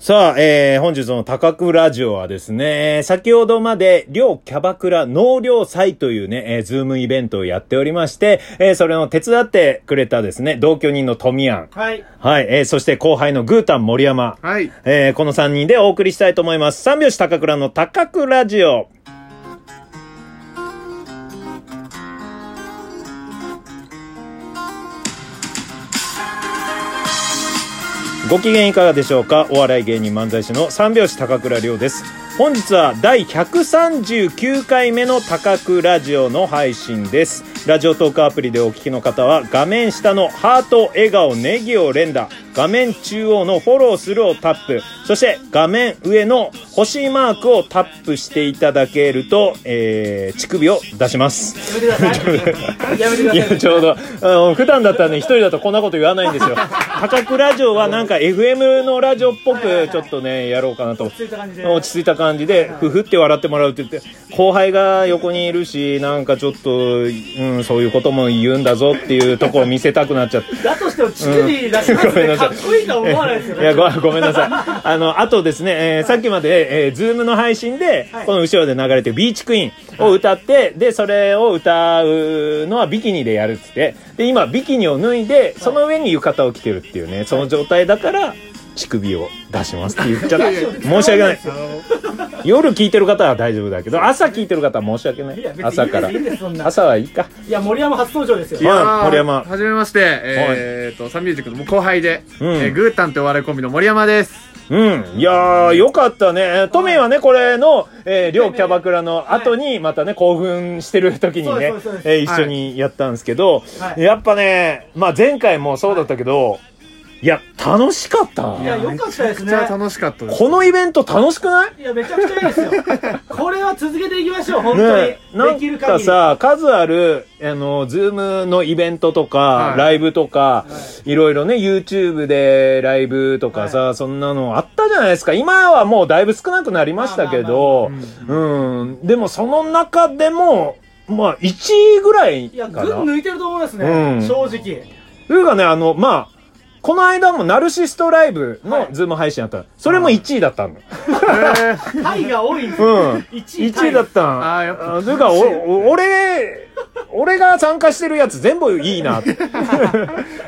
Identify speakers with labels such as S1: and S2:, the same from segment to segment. S1: さあ、えー、本日の高倉ラジオはですね、先ほどまで、両キャバクラ納涼祭というね、えーズームイベントをやっておりまして、えーそれの手伝ってくれたですね、同居人の富安。
S2: はい。
S1: はい、えーそして後輩のグータン森山。
S2: はい。
S1: えーこの3人でお送りしたいと思います。三拍子高倉の高倉ラジオ。ご機嫌いかがでしょうかお笑い芸人漫才師の三拍子高倉涼です。本日は第139回目の高倉ラジオの配信です。ラジオトークアプリでお聞きの方は画面下のハート、笑顔、ネギを連打、画面中央のフォローするをタップ、そして画面上の星マークをタップしていただけると、えー、乳首を出します。
S2: やめてください。やめてくだ
S1: い
S2: さい
S1: や、。ちょうど、あの、普段だったらね、一人だとこんなこと言わないん ですよ。高倉ラジオはなんか FM のラジオっぽく、ちょっとね、やろうかなと。
S2: ついた感じで。
S1: 落ち着いた感じで、ふふって笑ってもらうって言って、後輩が横にいるし、なんかちょっと、うん、そういうことも言うんだぞっていうとこを見せたくなっちゃって。
S2: だとしても乳首出しますっ
S1: ごめん
S2: て
S1: な
S2: か
S1: さい
S2: っこいいとは思わないですよ
S1: い
S2: ね。
S1: やごごめんなさいあのあとですね、えーさっきまで、えー、ズームの配信で、
S2: はい
S1: この後ろで流れてる「ビーチクイーン」を歌ってでそれを歌うのはビキニでやるっつってで今ビキニを脱いでその上に浴衣を着てるっていうねその状態だから乳首を出しますって言っちゃった申し訳ない夜聞いてる方は大丈夫だけど朝聞いてる方は申し訳ないい
S2: や別に
S1: 朝から
S2: いいですいいですそんな
S1: 朝はいいか
S2: いや、森山初登場ですよ。
S1: いや森山
S3: はじめまして、えー、と、サンミュージックの後輩で、
S1: うん
S3: えーグータンってお笑いコンビの森山です。
S1: うん。いやー、よかったね。トミーはね、これの、えー、両キャバクラの後に、またね、興奮してる時に
S2: そう
S1: ね
S2: ですそうで、す
S1: えー一緒にやったんですけど、
S2: はい
S1: やっぱね、まあ前回もそうだったけど、いや、楽しかった
S2: い。や、よかったですね
S3: めち。ゃ楽しかったです。
S1: このイベント楽しくない
S2: いや、めちゃくちゃいいですよ。これは続けていきましょう、本
S1: ね
S2: 当
S1: な
S2: に。でき
S1: ん
S2: る
S1: か
S2: 限り。は
S1: さ、数ある、あの、ズームのイベントとか、
S3: はい
S1: ライブとか、い、ろいろね、YouTube でライブとかさ、そんなのあったじゃないですか。今はもうだいぶ少なくなりましたけど
S3: まあま、
S1: うん。でもその中でも、まあ、1位ぐらい
S2: いや、
S1: か
S2: 群
S1: な。と
S2: 抜いてると思いますね
S1: うん、
S2: 正直。
S1: いうかね、あの、まあ、この間もナルシストライブのズーム配信あったの。それも1位だったの。
S3: えー
S2: タイが多いんです
S1: うん
S2: よ。1
S1: 1位だったん。
S3: あーやっぱ
S1: あというか、お、お俺、俺が参加してるやつ全部いいな って。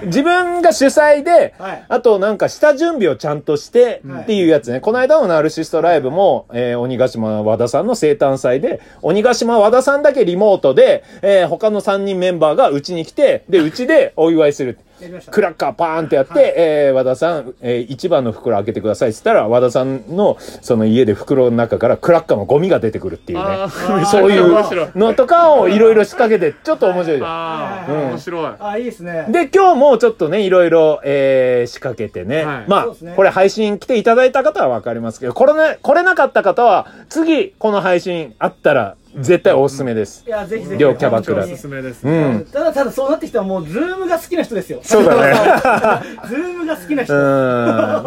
S1: 自分が主催で、
S2: はい
S1: あとなんか下準備をちゃんとして
S2: はい
S1: っていうやつね。この間のナルシストライブも、えー鬼ヶ島和田さんの生誕祭で、鬼ヶ島和田さんだけリモートで、えー他の3人メンバーがうちに来て、で、うちでお祝いする。
S2: やりました
S1: クラッカーパーンってやって、えー和田さん、えー一番の袋開けてくださいって言ったら、和田さんの、その家で袋の中からクラッカーのゴミが出てくるっていうね
S3: あ。ー
S1: そうい
S3: 面白い。
S1: うのとかをいろいろ仕掛けて、ちょっと面白いじゃん。
S3: あ
S2: うん
S3: ー面白い。
S2: あ、いいですね。
S1: で、今日もちょっとね、いろいろ、えー仕掛けてね。
S3: はい
S1: まあ
S2: そうです、ね
S1: これ配信来ていただいた方はわかりますけど、これね、来れなかった方は、次、この配信あったら、絶対おすすめです
S2: い。や、ぜひぜひ。
S1: 両キャバクラ
S3: おすすめです。
S1: うん。
S2: ただただそうなってきたらもう、ズームが好きな人ですよ。
S1: そうだね。
S2: ズームが好きな
S1: う
S2: 人。は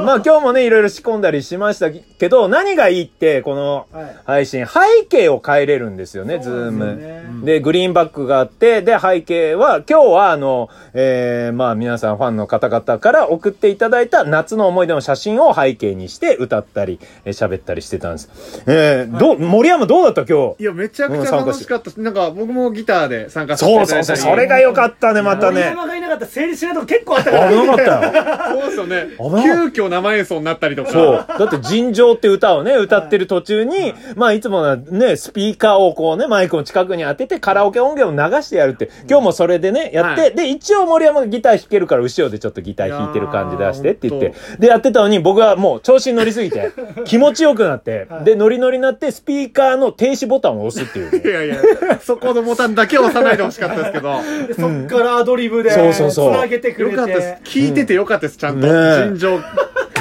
S1: んまあ今日もね、いろいろ仕込んだりしましたけど、何がいいって、この
S2: はい
S1: 配信、背景を変えれるんですよね、ズ
S2: そう
S1: ー
S2: なんですよね
S1: ム。で、グリーンバックがあって、で、背景は、今日はあの、えー、まあ皆さんファンの方々から送っていただいた夏の思い出の写真を背景にして歌ったり、えー喋ったりしてたんです。えー、どう、森山どうだった今
S3: い
S1: 日
S3: や、めちゃくちゃ楽しかったし、なんか僕もギターで参加させて
S1: そ
S3: いうただ
S1: そ
S3: いう
S1: そ
S3: た
S1: う、
S3: り。
S1: それが良かったね、また
S2: 森
S1: ね。
S2: 山がいなかったら成立しないとこ結構あったから。
S1: 危なかったよ。
S3: そうですよね。
S1: 危なか
S3: 急遽生演奏になったりとか。
S1: そう。だって、尋常って歌をね、歌ってる途中に、まあ、いつもはね、スピーカーをこうね、マイクの近くに当てて、カラオケ音源を流してやるって、今日もそれでね、やって、
S3: は
S1: で、一応森山がギター弾けるから、後ろでちょっとギター弾いてる感じ出してって言っ
S3: いや
S1: て
S3: ー、
S1: で、やってたのに、僕はもう調子に乗りすぎ て、気持ちよくなって、で、ノリノリになって、スピーカーの停止ボタンを押すっていう ね、
S3: いやいや、そこのボタンだけ押さないでほしかったです けど。
S2: でそっからアドリブで、
S1: そうそうそう
S2: つなげてくれ
S3: よ
S2: て。
S3: かったです。聞いててよかったです、ちゃん
S1: ね
S3: と。
S1: え
S3: 尋常。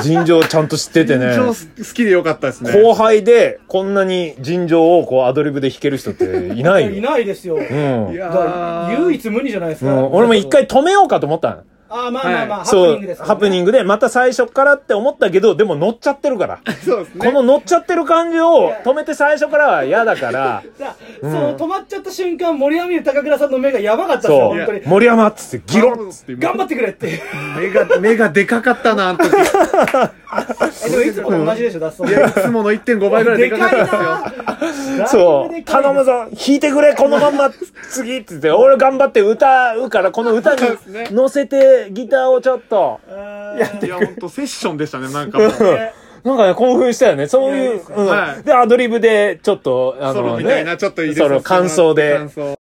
S1: 尋常ちゃんと知っててね。
S3: 尋常好きでよかったですね。
S1: 後輩で、こんなに尋常をこう、アドリブで弾ける人って いないよ。
S2: いないですよ。
S1: うん
S3: い。や
S2: だから
S3: ー
S2: 唯一無二じゃないです
S1: う
S2: か。
S1: ん、俺も一回止めようかと思ったの。
S2: あーまあまあまあ、ハプ
S1: そ
S2: ニングで
S1: う
S2: すからね、
S1: ハプニ
S2: ン
S1: ングでまた最初からって思ったけどでも乗っちゃってるから
S3: そうですね。
S1: この乗っちゃってる感じを止めて最初からは嫌だから
S2: グ。そう、止まっちゃった瞬間、森山高倉さんの目がやばかったですよ、
S1: そ
S2: 本当に
S1: う。森山っつってギロッつって
S3: て
S2: 頑張ってくれっていう。
S3: 目が、目がでかかったな、あの時。
S2: え、でもいつもと同じでしょ、脱
S3: い
S2: 走。
S3: や、いつもの1.5倍ぐらいでかかったんですよ。
S2: いな
S1: そう。頼む。
S2: だいぶでかいで
S1: ぞ
S2: す
S1: 弾いてくれこのまんま次って言って、俺頑張って歌うから、この歌に
S3: そうですね
S1: 乗せてギターをちょっと。
S2: あー
S3: いや、ほんとセッションで したね、なんかもう。ソ
S1: なんかね、興奮したよね。そういう。うん
S3: はい
S1: で、アドリブで、ちょっと、あ
S3: ロ
S1: の
S3: みたいな、
S1: ね
S3: ちょっと入れ
S1: そ
S3: させ
S1: の
S3: て
S1: 感想で
S3: 感。想。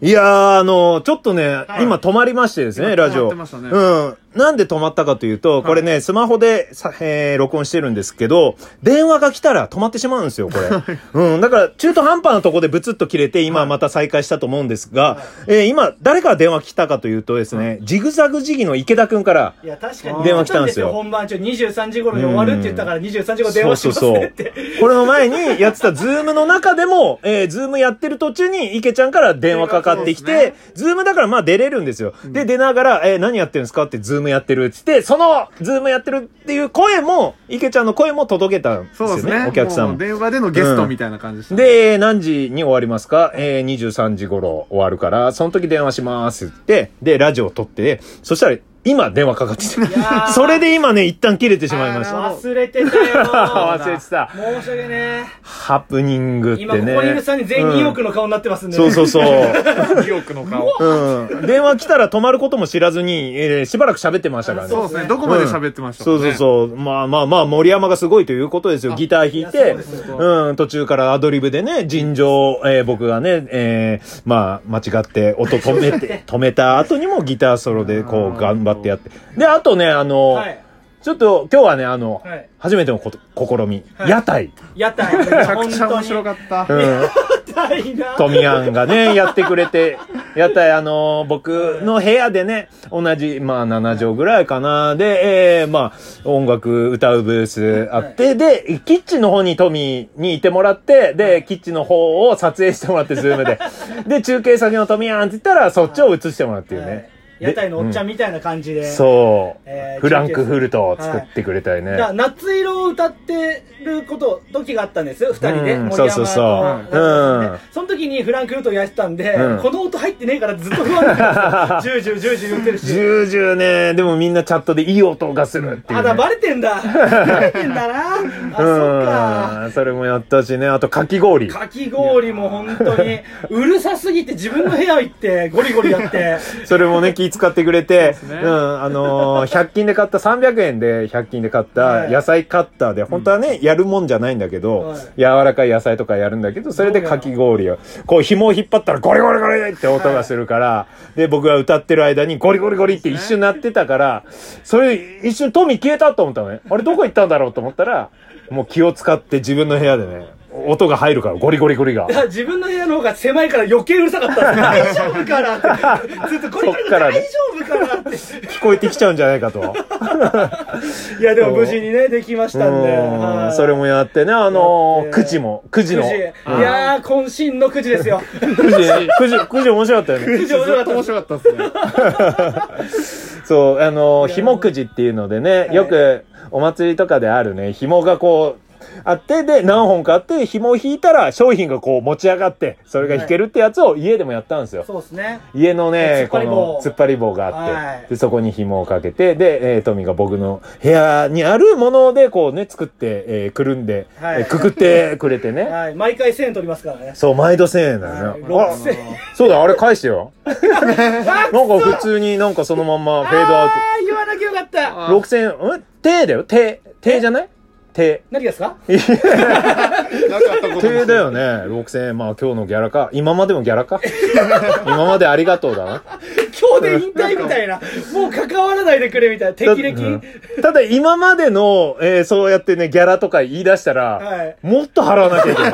S1: いやー、あの、ちょっとね、今止まりましてですね、
S3: 今
S1: ラジ
S3: 止
S1: オ。
S3: まってましたね
S1: うん。なんで止まったかというと、これね、スマホでさ、えー録音してるんですけど、電話が来たら止まってしまうんですよ、これ。うん。だから、中途半端なとこでブツッと切れて、今また再開したと思うんですが、えー今、誰から電話来たかというとですね、ジグザグジギーの池田くんから、
S2: いや、確かに。
S1: 電話来たんですよ
S2: 本番中23時頃に終わるって言ったから、23時頃電話しますねって。
S1: これの前にやってたズームの中でも、えー、ズームやってる途中に池ちゃんから電話かかってき
S3: 電話そう
S1: て、ズームだからまあ出れるんですよ。で、出ながら、えー何やってるんですかってズームやってるって言って、そのズームやってるっていう声も、池ちゃんの声も届けたんです
S3: そう
S1: よ
S3: です
S1: ね。
S3: ね。
S1: お客さ
S3: も
S1: ん
S3: う
S1: も。
S3: 電話でのゲストみたいな感じでした。
S1: で、何時に終わりますかえー、23時頃終わるから、その時電話しますって言って、で、ラジオを撮って、そしたら今電話かかってきて
S2: やー、
S1: それで今ね、一旦切れてしまいまし
S3: あ
S1: た。
S2: 忘れてたよー。
S1: 忘れてた。
S2: 申し訳ね
S1: ハプニングっ
S2: え。
S1: て
S2: 今、こ
S1: ね。
S2: こにいる3人全員2億の顔になってますん
S1: うん
S2: で、。
S1: そうそうう そう。
S3: 記憶の顔。
S1: うん。電話来たら止まることも知らずに、えーしばらく喋ってましたからね。
S3: そうですね。どこまで喋ってました
S1: そうそう
S3: う。
S1: そう。まあまあまあ、森山がすごいということですよ。ギター弾い
S2: い
S1: て
S2: やそうです、
S1: うん、途中からアドリブでね、尋常、えー僕がね、えーまあ、間違って音止めて、 止めた後にもギターソロでこう頑張ってやって。で、あとね、あの、
S2: はい。
S1: ちょっと今日はね、あの、
S2: はい
S1: 初めてのこと試み、
S2: はい
S1: 屋台。
S2: 屋台。
S3: めちゃくちゃ面
S2: 本
S3: 白
S2: 当
S3: かった。
S1: うん
S2: に。屋台な。
S1: トミヤンがね、やってくれて、やったい、あのー僕の部屋でね、同じ、まあ、7畳ぐらいかな、で、えーまあ、音楽、歌うブースあって、で、キッチンの方にトミーにいてもらって、で、キッチンの方を撮影してもらって、ズーム で。で、中継先のトミヤンって言ったら、そっちを映してもらうっていう
S2: はい
S1: ね。
S2: 屋台のおっちゃんみたいな感じで。
S1: そう、
S2: えー
S1: フランクフルトを作ってくれたよね。
S2: だから夏色を歌ってること時があったんですよ二人で、
S1: うん
S2: 森山と
S1: そうそうそう
S2: 中
S1: うん
S2: 田さんでその時にフランクフルトをやってたんで、
S1: うん
S2: この音入ってねえからずっと不安だ ったんですよジュージュージュージュー言ってるし
S1: ジュージューね、でもみんなチャットでいい音がするっていう、
S2: あ
S1: ね。
S2: だバレて んだバレてんだなあそっか
S1: うん、それもやったしね。あと、かき氷。
S2: かき氷も本当にうるさすぎて自分の部屋行ってゴリゴリやって
S1: それもね、気使ってくれて、
S3: うですね
S1: うん、あのー、100均で買った、300円で100均で買った
S2: はい
S1: 野菜カッターで、本当はね、やるもんじゃないんだけど、
S2: はい
S1: 柔らかい野菜とかやるんだけど、それでかき氷を、こう紐を引っ張ったらゴリゴリゴリって音がするから、で、僕が歌ってる間にゴリゴリゴリって一瞬鳴ってたから、それ一瞬トミー消えたと思ったのね。あれどこ行ったんだろうと思ったら、もう気を使って自分の部屋でね、音が入るから、ゴリゴリゴリが。
S2: 自分の部屋の方が狭いから余計うるさかったんです大丈夫からってずっとゴリゴリ
S1: そっから
S2: 大
S1: ね
S2: 丈夫からって
S1: 聞こえてきちゃうんじゃないかと。
S2: いやでも無事にねできましたんで、
S1: う
S2: は
S1: ん
S2: い
S1: それもやってね、あの
S2: や
S1: ー、
S2: って
S1: くじも、くじの。
S2: くじ
S1: うん
S2: いやー渾身のくじですよ
S1: くじ、くじ、くじ面白かったよね。
S2: くじ面
S3: ず
S2: 白
S3: っと
S2: か
S3: 面
S2: った
S3: 白かったですね。
S1: そう、あのー、紐くじっていうのでね、
S2: い
S1: よくお祭りとかであるね、紐がこう、あって、で、何本かあって、紐を引いたら商品がこう持ち上がって、それが引けるってやつを家でもやったんですよ。
S2: そうですね
S1: 家の
S2: 突
S1: ね
S2: っ、張
S1: こ
S2: り棒
S1: の突っ張り棒があって、
S2: はい
S1: でそこに紐をかけて、で、えー、トミーが僕の部屋にあるもので、こうね、作って、えーくるんで、
S2: はい
S1: えーくくってくれて ね。
S2: はい毎回1000円取りますからね
S1: そう、毎度1000円だよね。あ
S2: 6000円
S1: そうだ、あれ返して よ。なんか普通になんかそのまんまフェードアウ
S2: あー言わなきゃよかった
S1: ト。6000円、うん手だよ手。手じゃない手。
S2: 何がですか
S3: なかったこと
S1: 手だよね。6000円。まあ今日のギャラか。今までもギャ ラか。今までありがとうだな。
S2: 今日で引退みたいなもう関わらないでくれみたいな
S1: だ
S2: 適歴、
S1: うんただ今までの、えーそうやってね、ギャラとか言い出したら、
S2: はい
S1: もっと払わ なきゃいけない。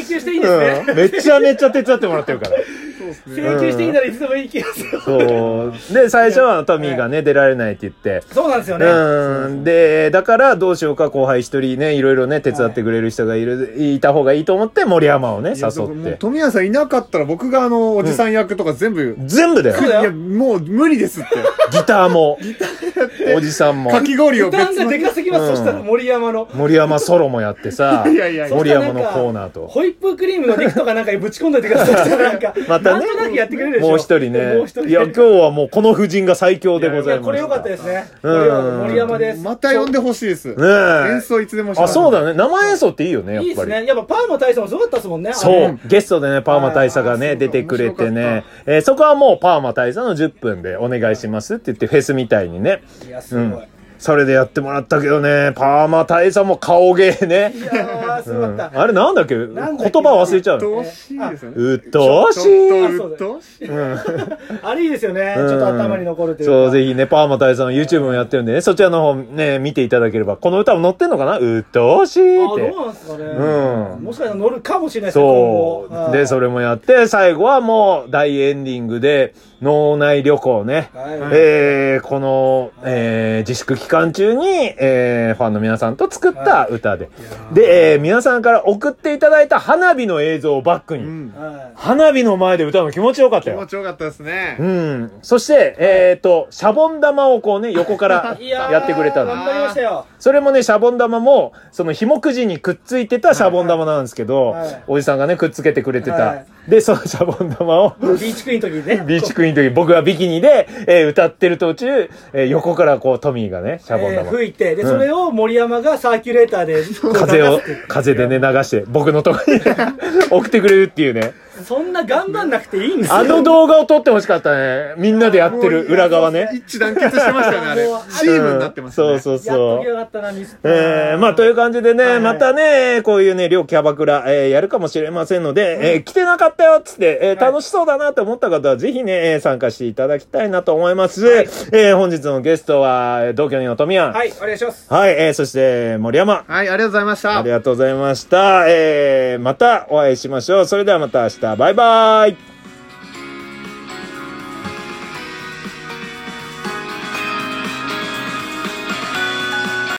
S2: 請求していいんですね、
S1: うんめちゃめちゃ手伝ってもらってるから。
S3: そうです
S2: 請
S3: ね。
S2: 求してきたらいつでもいい気がする。
S1: そうで最初はトミーがね出られないって言って
S2: そうなんですよね。
S1: うんでだからどうしようか後輩一人ねいろいろね手伝ってくれる人がいる、い、た方がいいと思って森山をね
S3: い
S1: 誘
S3: やそう
S1: っ
S3: もう
S1: て
S3: 富谷さんいなかったら僕があの、おじさん役とか全部、
S1: 全部だ
S2: そう
S1: よ
S2: だよ
S3: いや、もう無理ですって。
S1: ギターもおじさんも
S3: かき氷を
S2: 負担
S3: 別
S2: が
S3: に
S2: で。かすぎます、
S1: うん
S2: そしたら森山の。
S1: 森山ソロもやってさ
S3: いやいやいや
S1: 森山のコーナーと
S2: ホイップクリームのリフとかなんかにぶち込んどいてください。そしたらなんか、
S1: またね
S2: なんとなくやってくれるでしょ。
S1: もう一人ね
S2: もう一人。
S1: いや今日はもうこの夫人が最強でございま
S2: い
S1: す
S2: やこれ良かったですね。こ
S1: うん
S2: れ良かった森山です。
S3: また呼んでほしいです。
S1: ねえ
S3: 演奏いつでもしま
S1: あ
S3: す
S1: そうだね生演奏っていいよねやっ
S2: いいで
S1: ぱ
S2: す
S1: り
S2: ね。やっぱパーの大佐もすごかったですもんね。
S1: そ
S2: あれ
S1: う、ゲストでね、パーマ大佐が
S3: あ
S1: ね、
S3: ー
S1: 出てくれて
S3: 面白
S1: ね、えーそこはもうパーマ大佐の10分でお願いしますって言って、フェスみたいにね、
S2: いや、すごい。
S1: うんそれでやってもらったけどね、パーマ大佐も顔芸ね。
S2: いやー、すご
S1: う
S2: かっ
S1: ん
S2: た。
S1: あれなんだっけ
S2: なんだっけ
S1: 言葉忘れちゃう
S3: うっと
S1: の。
S3: うしいですよね。
S1: うっとうしい。
S3: ちょっとうっとうしい。
S2: あれいいですよね。ちょっと頭に残るというか。
S1: そう、ぜひね、パーマ大佐の YouTube もやってるんでね、そちらの方ね、見ていただければ、この歌も載ってんのかなうっとうし
S2: あ、
S1: いっ
S2: ど
S1: て
S2: う。なんですかね。
S1: うん
S2: もしかしたら乗るかもしれない ですね
S1: そ
S2: 今後
S1: う。で、それもやって、最後はもう大エンディングで、脳内旅行ね。
S2: はい
S1: えーこの、えー自粛期間中に、えーファンの皆さんと作った歌で。で、えー皆さんから送っていただいた花火の映像をバックに、
S3: うん
S2: は
S1: 花火の前で歌うの気持ちよかった
S3: 気
S1: よ
S3: 持。ちよかったですね
S1: う。ん。そして、えっ、と、シャボン玉をこうね、横から
S2: いいやー
S1: やってくれたの。
S2: 頑張りましたよ。
S1: それもね、シャボン玉も、その、ひもくじにくっついてたシャボン玉なんですけど、
S2: はいはい
S1: おじさんがね、くっつけてくれてた。
S2: は
S1: で、その シャボン玉を、
S2: ビーチクイーンの時にね。
S1: ビーチクイーンの時、僕はビキニで、えー歌ってる途中、えー横からこう、トミーがね、シャボン
S2: えー
S1: 玉。
S2: 吹いて、で、
S1: うん
S2: それを森山がサーキュレーターで、
S1: 風を
S2: こう流すっ、
S1: 風でね、流して、僕のとこに 送ってくれるっていうね。
S2: ていうそんな頑張んなくていいんですよ。
S1: あの動画を撮ってほしかったね。みんなでやってる裏側ね。
S3: 一致団結してましたよね、あれ
S2: もう。
S3: チームになってますね。
S1: うんそうそう
S2: やっと
S1: そう
S2: き。やがったな、ミス
S1: えー、まあ、という感じでね、
S2: はいはい
S1: またね、こういうね、両キャバクラ、えーやるかもしれませんので、えー来てなかったよっつって、えー楽しそうだなと思った方は、ぜひね、えー参加していただきたいなと思います。えー本日のゲストは、えー同居人の富谷。。
S2: はいい、お願いします。
S1: はい、えーそして、森山。
S3: はい、ありがとうございました
S1: あり。がとうございました。えーまたお会いしましょう。それではまた明日、バイバイ。